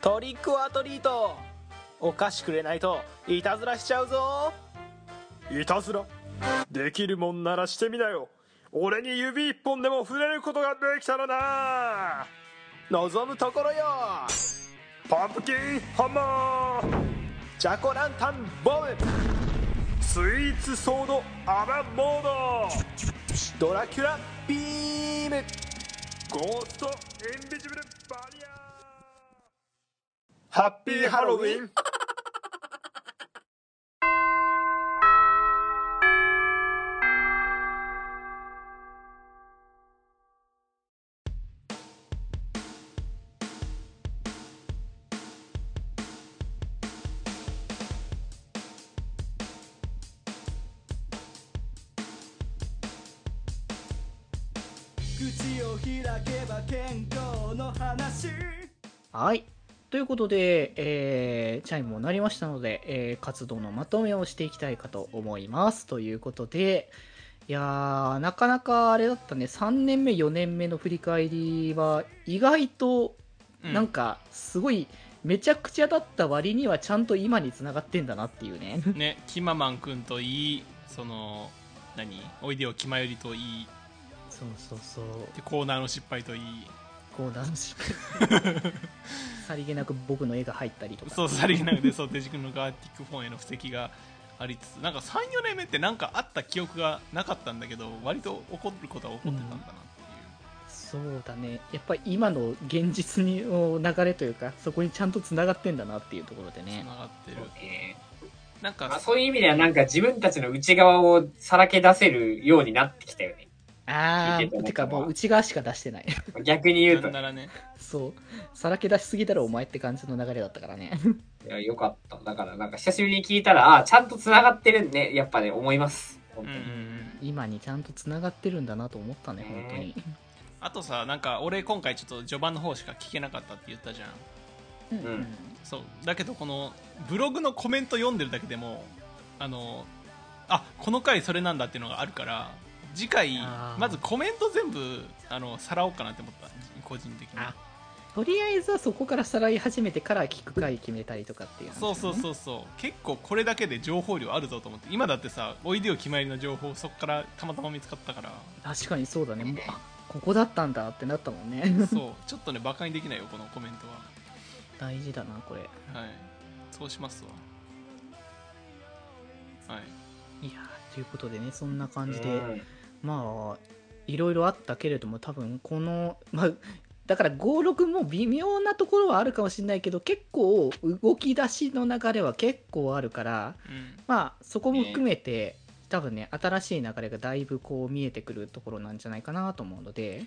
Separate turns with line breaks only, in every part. トリックオアトリートお菓子くれないといたずらしちゃうぞ
いたずらできるもんならしてみなよ俺に指一本でも触れることができたらな
望むところよ
パンプキンハンマー
ジャコランタンボム
スイーツソードアラモード
ドラキュラビーム
ゴーストインビジブルバリアハッピーハロウィン
口を開けば健康の話
はい。ということで、えーチャイムも鳴りましたので、えー活動のまとめをしていきたいかと思います。ということで、いやー、なかなかあれだったね、3年目、4年目の振り返りは、意外と、
うん
なんか、すごい、めちゃくちゃだった割には、ちゃんと今につながってんだなっていうね。
ねキママン君といいその何おいでよキマよりといい
そうそうそう。
でコーナーの失敗といい
こう、男子。 さりげなく僕の絵が入ったりとか。
そうさりげなくでそうデジ君のガーティックフォンへの布石がありつつなんか34年目ってなんかあった記憶がなかったんだけど割と怒ることは怒ってたんだなってい
そうだねやっぱり今の現実にの流れというかそこにちゃんとつながってんだなっていうところで
う
ね
つながってる
え
なん
ーまあ、
か
そういう意味ではなんか自分たちの内側をさらけ出せるようになってきたよね。
あ
いけて
あ
ない
てかもう内側しか出してない
逆に言う
な
と
んならね
そうさらけ出しすぎたらお前って感じの流れだったからね
いや、よかった。だから、なんか久しぶりに聞いたら、ああ、ちゃんと繋がってるね。やっぱね、思います。
う
本
ん
当
うんう
に。
ん
今にちゃんとつながってるんだなと思ったね本当に
あとさなんか俺今回ちょっと序盤の方しか聞けなかったって言ったじゃん
うん
んうん
そうだけどこのブログのコメント読んでるだけでもあのあこの回それなんだっていうのがあるから次回
あー
まずコメント全部あのさらおうかなって思った個人的に
あとりあえずはそこからさらい始めてから聞く回決めたりとかっていう話だ
そ
ね、
うそうそうそう結構これだけで情報量あるぞと思って今だってさおいでよ決まりの情報そこからたまたま見つかったから
確かにそうだねもうあここだったんだってなったもんね
そうちょっとねバカにできないよこのコメント
大事だなこれ
ははいそうしますわはい
いやーということでねそんな感じで、
うん
まあいろいろあったけれども多分この、 まあ、だから56も微妙なところはあるかもしれないけど結構動き出しの流れは結構あるから
うん
まあそこも含めて、多分ね新しい流れがだいぶこう見えてくるところなんじゃないかなと思うので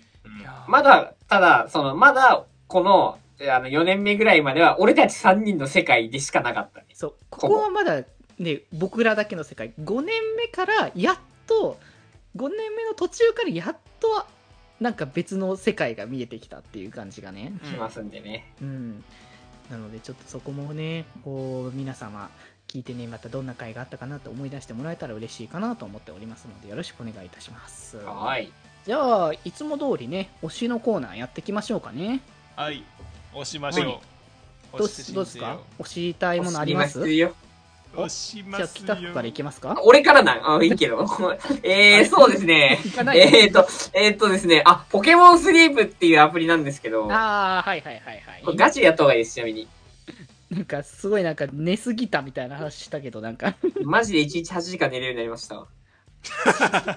まだ、ただ、その、まだ、この、あの、4年目ぐらいまでは、俺たち3人の世界でしかなかったね。
そうここはまだね僕らだけの世界5年目からやっと5年目の途中からやっとなんか別の世界が見えてきたっていう感じがね。
うん
しますんでね。
うん、なのでちょっとそこもねこう皆様聞いてねまたどんな回があったかなと思い出してもらえたら嬉しいかなと思っておりますのでよろしくお願いいたします
はい。
じゃあいつも通りね推しのコーナーやっていきましょうかね
はい押しましょう
どう
押して
すどうですか
申
推したいものあります
お
じ
いよ
請よ押しま
ゃあ
す
北
よ
福からいきます
あ
か
俺からなんあ、いいけど。 えー、そうです ね。
いかない
えーと、えーとですね、あ、ポケモンスリープっていうアプリなんですけど、
ああはいはいはい
こ
は
れ
い
ガチでやった方がいいです、ちなみに。
なんかすごいなんか寝すぎたみたいな話したけどなんか
マジで1日8時間寝れるようになりました。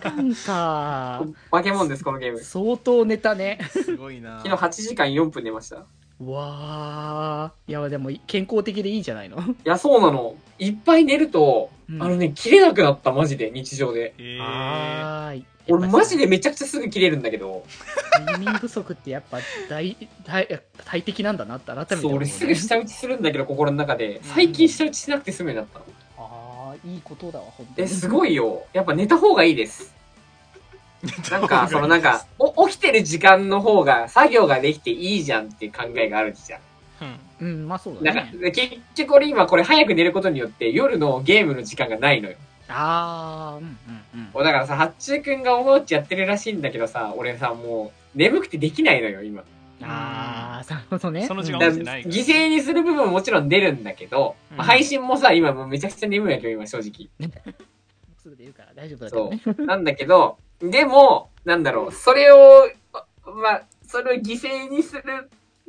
なんか
化け物です、このゲーム。昨
相当寝たね
すごいな
日8時間4分寝ました。
わあいやでも健康的でいいじゃないの
いや、そうなの。いっぱい寝ると、
うん
あのね、切れなくなった、マジで、日常で。
えー、
はーい。
俺、マジ
で
でめちゃくちゃすぐ切れるんだけど、
睡眠不足ってやっぱ大、大、大敵なんだなって改めて
そう、
思う
俺
ね
すぐ下打ちするんだけど、心の中で。最近下打ちしなくて済むようになったの。
ああ、いいことだわ、本
え、
当に。
すごいよ。やっぱ寝た方がいいです。なんか、そのなんか、お起きてる時間の方が作業ができていいじゃんっていう考えがあるじゃん。
うん
うん、まあそう
な
だ
んか、
ね。
結局俺今これ早く寝ることによって夜のゲームの時間がないのよ。
ああ、うんうんうん。
おだからさ、八中くんがオーバーウォッチやってるらしいんだけどさ、俺さ、もう眠くてできないのよ、今。
ああ、なるほどね。
その時間
う
を
だ
ん
か
落ち
ら
てない
犠牲にする部分ももちろん出るんだけど、
うん
まあ配信もさ、今もうめちゃくちゃ眠いわけよ、今正直。
すぐ出るから大丈夫だと
そ
ね。
う。なんだけど、でも、なんだろう、それを、まあ、それを犠牲にする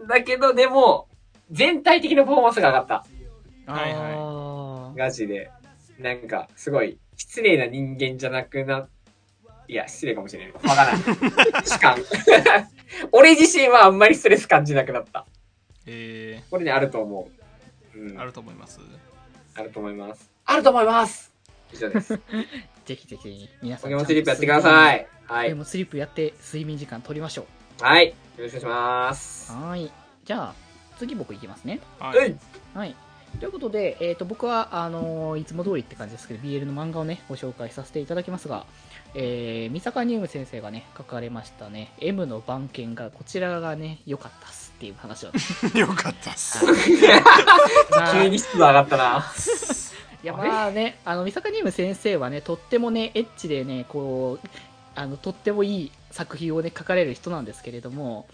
んだけど、でも、全体的なパフォーマンスが上がった。
はいはい
あ
ガチで。なんか、すごい、失礼な人間じゃなくな、いや、失礼かもしれない。わからない。 主観。俺自身はあんまりストレス感じなくなった。
え
これね、あると思う。う
ー
ん、あ
あ
る
ると思います
と思います。あると思います以上です。
あ、ぜひぜひ皆さ
ポ
ん。
ケモンスリープやってください。
い。
は
ポケ
い。
モンスリープやって睡眠時間取りましょ
はい。よろしくお願いします
う。。はーい。じゃあ、次僕いきますね。
は
はいい。
はい。ということで、えっ、と、僕は、あのーいつも通りって感じですけど、BL の漫画をね、ご紹介させていただきますが、えー、三坂ニウム先生がね、書かれましたね、M の番犬が、こちらがね、良かったっすっていう話を、ね。
よかったっす
まあ
急に湿度上がったな。
いやまあね、あの、三坂ニウム先生はね、とってもね、エッチでね、こう、あの、とってもいい作品をね、書かれる人なんですけれども、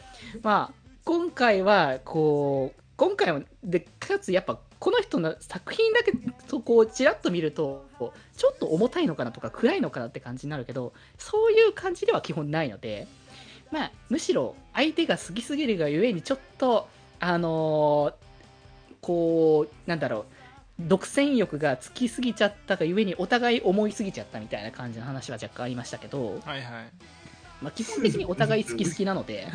まあ、今回は、こう、今回は、で、かつやっぱ、この人の作品だけ、そこをちらっと見ると、ちょっと重たいのかなとか、暗いのかなって感じになるけど、そういう感じでは基本ないので、まあ、むしろ、相手が好きすぎるがゆえに、ちょっと、あのーこう、なんだろう、独占欲がつきすぎちゃったがゆえにお互い思いすぎちゃったみたいな感じの話は若干ありましたけど、
はいはい
まあ、基本的にお互い好き好きなので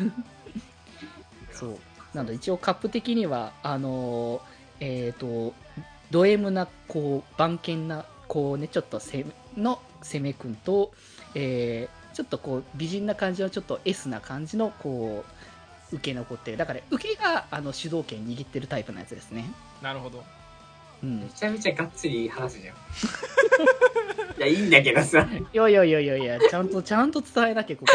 そうなので一応カップ的にはあのーえっ、とド M なこう番犬なこうねちょっとせの攻めくんと、えーちょっとこう美人な感じのちょっと S な感じのこう受け残ってるだから受けがあの主導権握ってるタイプのやつですね
なるほど
うん
めちゃめちゃがっつり話すじゃん。 いや、いいんだけどさ。
いやいやいやいやいや、ちゃんと、ち ゃんと伝えなきゃ、 ここ。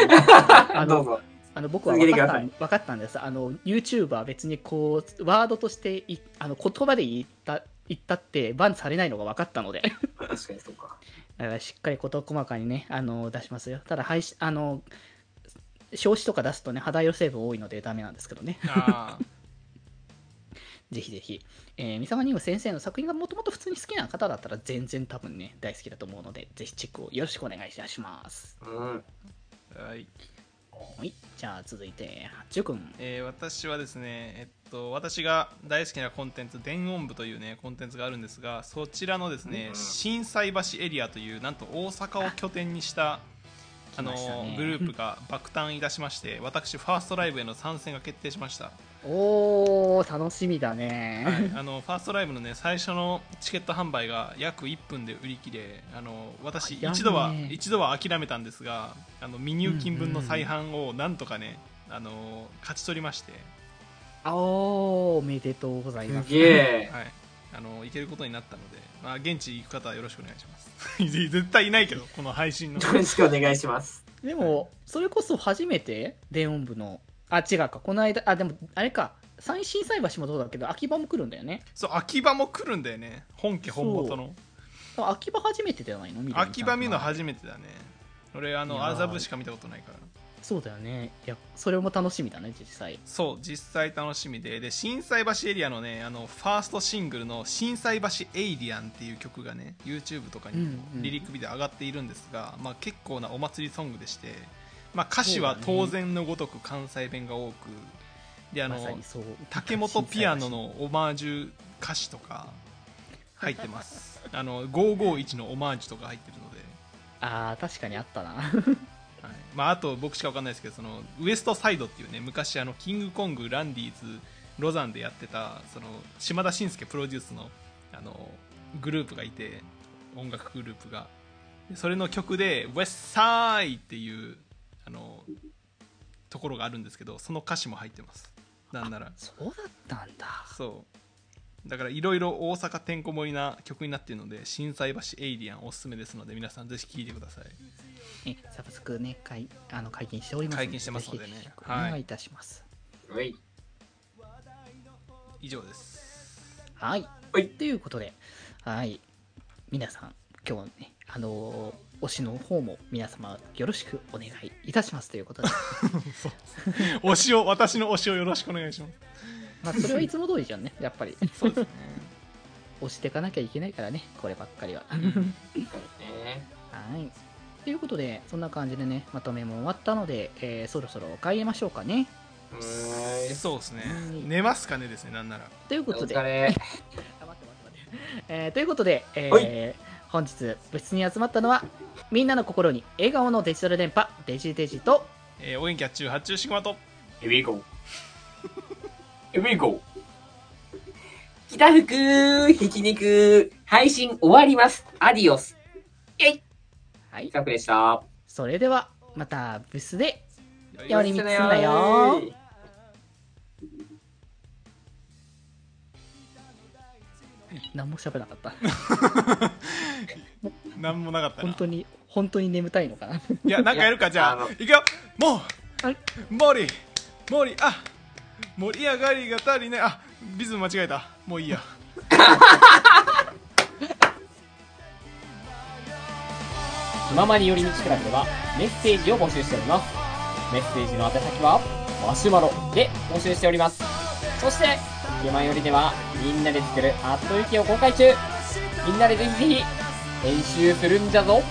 あ
どう
の、
ぞ。
あの僕は
続け
分
て
か
くだ
った
さい
ん分かったんです。あの、YouTuber は別にこう、ワードとしてい、あの、言葉で言った、言ったって、バンされないのが分かったので。
確 かにそうか。
だからしっかり事細かにね、あの、出しますよ。ただ、配信、あの、表紙とか出すとね、肌色成分多いのでダメなんですけどね。
あ
ぜひぜひ。えー、三沢ニム先生の作品がもともと普通に好きな方だったら、全然多分ね、大好きだと思うので、ぜひチェックをよろしくお願いいたします。
うん。
あはい
はい。じゃあ、続いて、八中君。
えー私はですね、えっと、私が大好きなコンテンツ電音部というねコンテンツがあるんですがそちらのですね心斎橋エリアというなんと大阪を拠点にしたあ の
来ましたね
グループが爆誕いたしまして私ファーストライブへの参戦が決定しました、
おー、楽しみだ
は
ね。
い、あのファーストライブのね最初のチケット販売が約1分で売り切れあの私
早いね
一度は一度は諦めたんですがあの未入金分の再販をなんとかねあの勝ち取りまして
おー、おめでとうございますす。
げえ。
はい、あの行けることになったので、まあ、現地行く方はよろしくお願いします 絶対いない けどこの配信の
よろしくお願いします。
でも、それこそ初めて、電音部の、あ、違うか、この間、あ、でも、あれか、三震災橋もどうだけど、秋葉も来るんだよね。
そう秋葉も来るんだよね本家本元の
でも秋葉初めてじゃないの緑の
秋葉見るの
は
初めてだね俺あ
い
の
やー
麻布しか見たことないから
そうだよね。いや、それも楽しみだね、実際。
そう実際楽しみでで心斎橋エリアのねあのファーストシングルの「心斎橋エイリアン」っていう曲がね YouTube とかにも
うんうん
リリックビデオ上がっているんですが、まあ、結構なお祭りソングでして、まあ、歌詞は当然のごとく関西弁が多くであの、
まさにそう。
竹本ピアノのオマージュ歌詞とか入ってますあの551のオマージュとか入ってるので、
あー、確かにあったな。
はいまあ、あと僕しかわかんないですけどそのウエストサイドっていうね昔あのキングコングランディーズロザンでやってたその島田紳介プロデュースのあのグループがいて音楽グループがでそれの曲で「ウエストサイ」っていうあのところがあるんですけどその歌詞も入ってますなんなら
そうだったんだ。
そうだからいろいろ大阪てんこ盛りな曲になっているので心斎橋エイリアンおすすめですので皆さんぜひ聴いてください
ね、サブスクね、かいあの解禁しておりますので。
解禁してますのでね
ぜひぜひお
は
願
い
いいたします。
はい。
以上です
はい。
はい
ということで、はい。皆さん、今日ね、あの推しの方も皆様よろしくお願いいたしますという ことで、
推しを私の推しをよろしくお願いします
まあ、それはいつも通りじゃんねやっぱり
そうですね
推していかなきゃいけないからねこればっかりは
うん
ね
はい。ということで、そんな感じでね、まとめも終わったので、えーそろそろ帰りましょうかね。
うーん
そうですね
うん
寝ますかねですねなんなら
という
お
ことで、
疲れ
あ待って待って待って えーということで、えー
は
本日部室に集まったのは、みんなの心に笑顔のデジタル電波、デジデジと、
えー、お元気発注発注シグマと
Here we go Here we go 北福ひき肉配信終わりますアディオス
はい。
北福でした
それでは、またブスで
よ
より道すんだよ何も喋らなかった。
なんもなかった
本
な
当に、本当に眠たいのかな。
いやなんかやるかじゃ
あ
あ
の
いくよも
は
う
い
森森あ盛り上がりが足りないあリズム間違えたもういいや
気ままに寄り道クラブではメッセージを募集しておりますメッセージの宛先はマシュマロで募集しておりますそして気まよりではみんなで作るあっという間を公開中みんなでぜひぜひ練習するんじゃぞ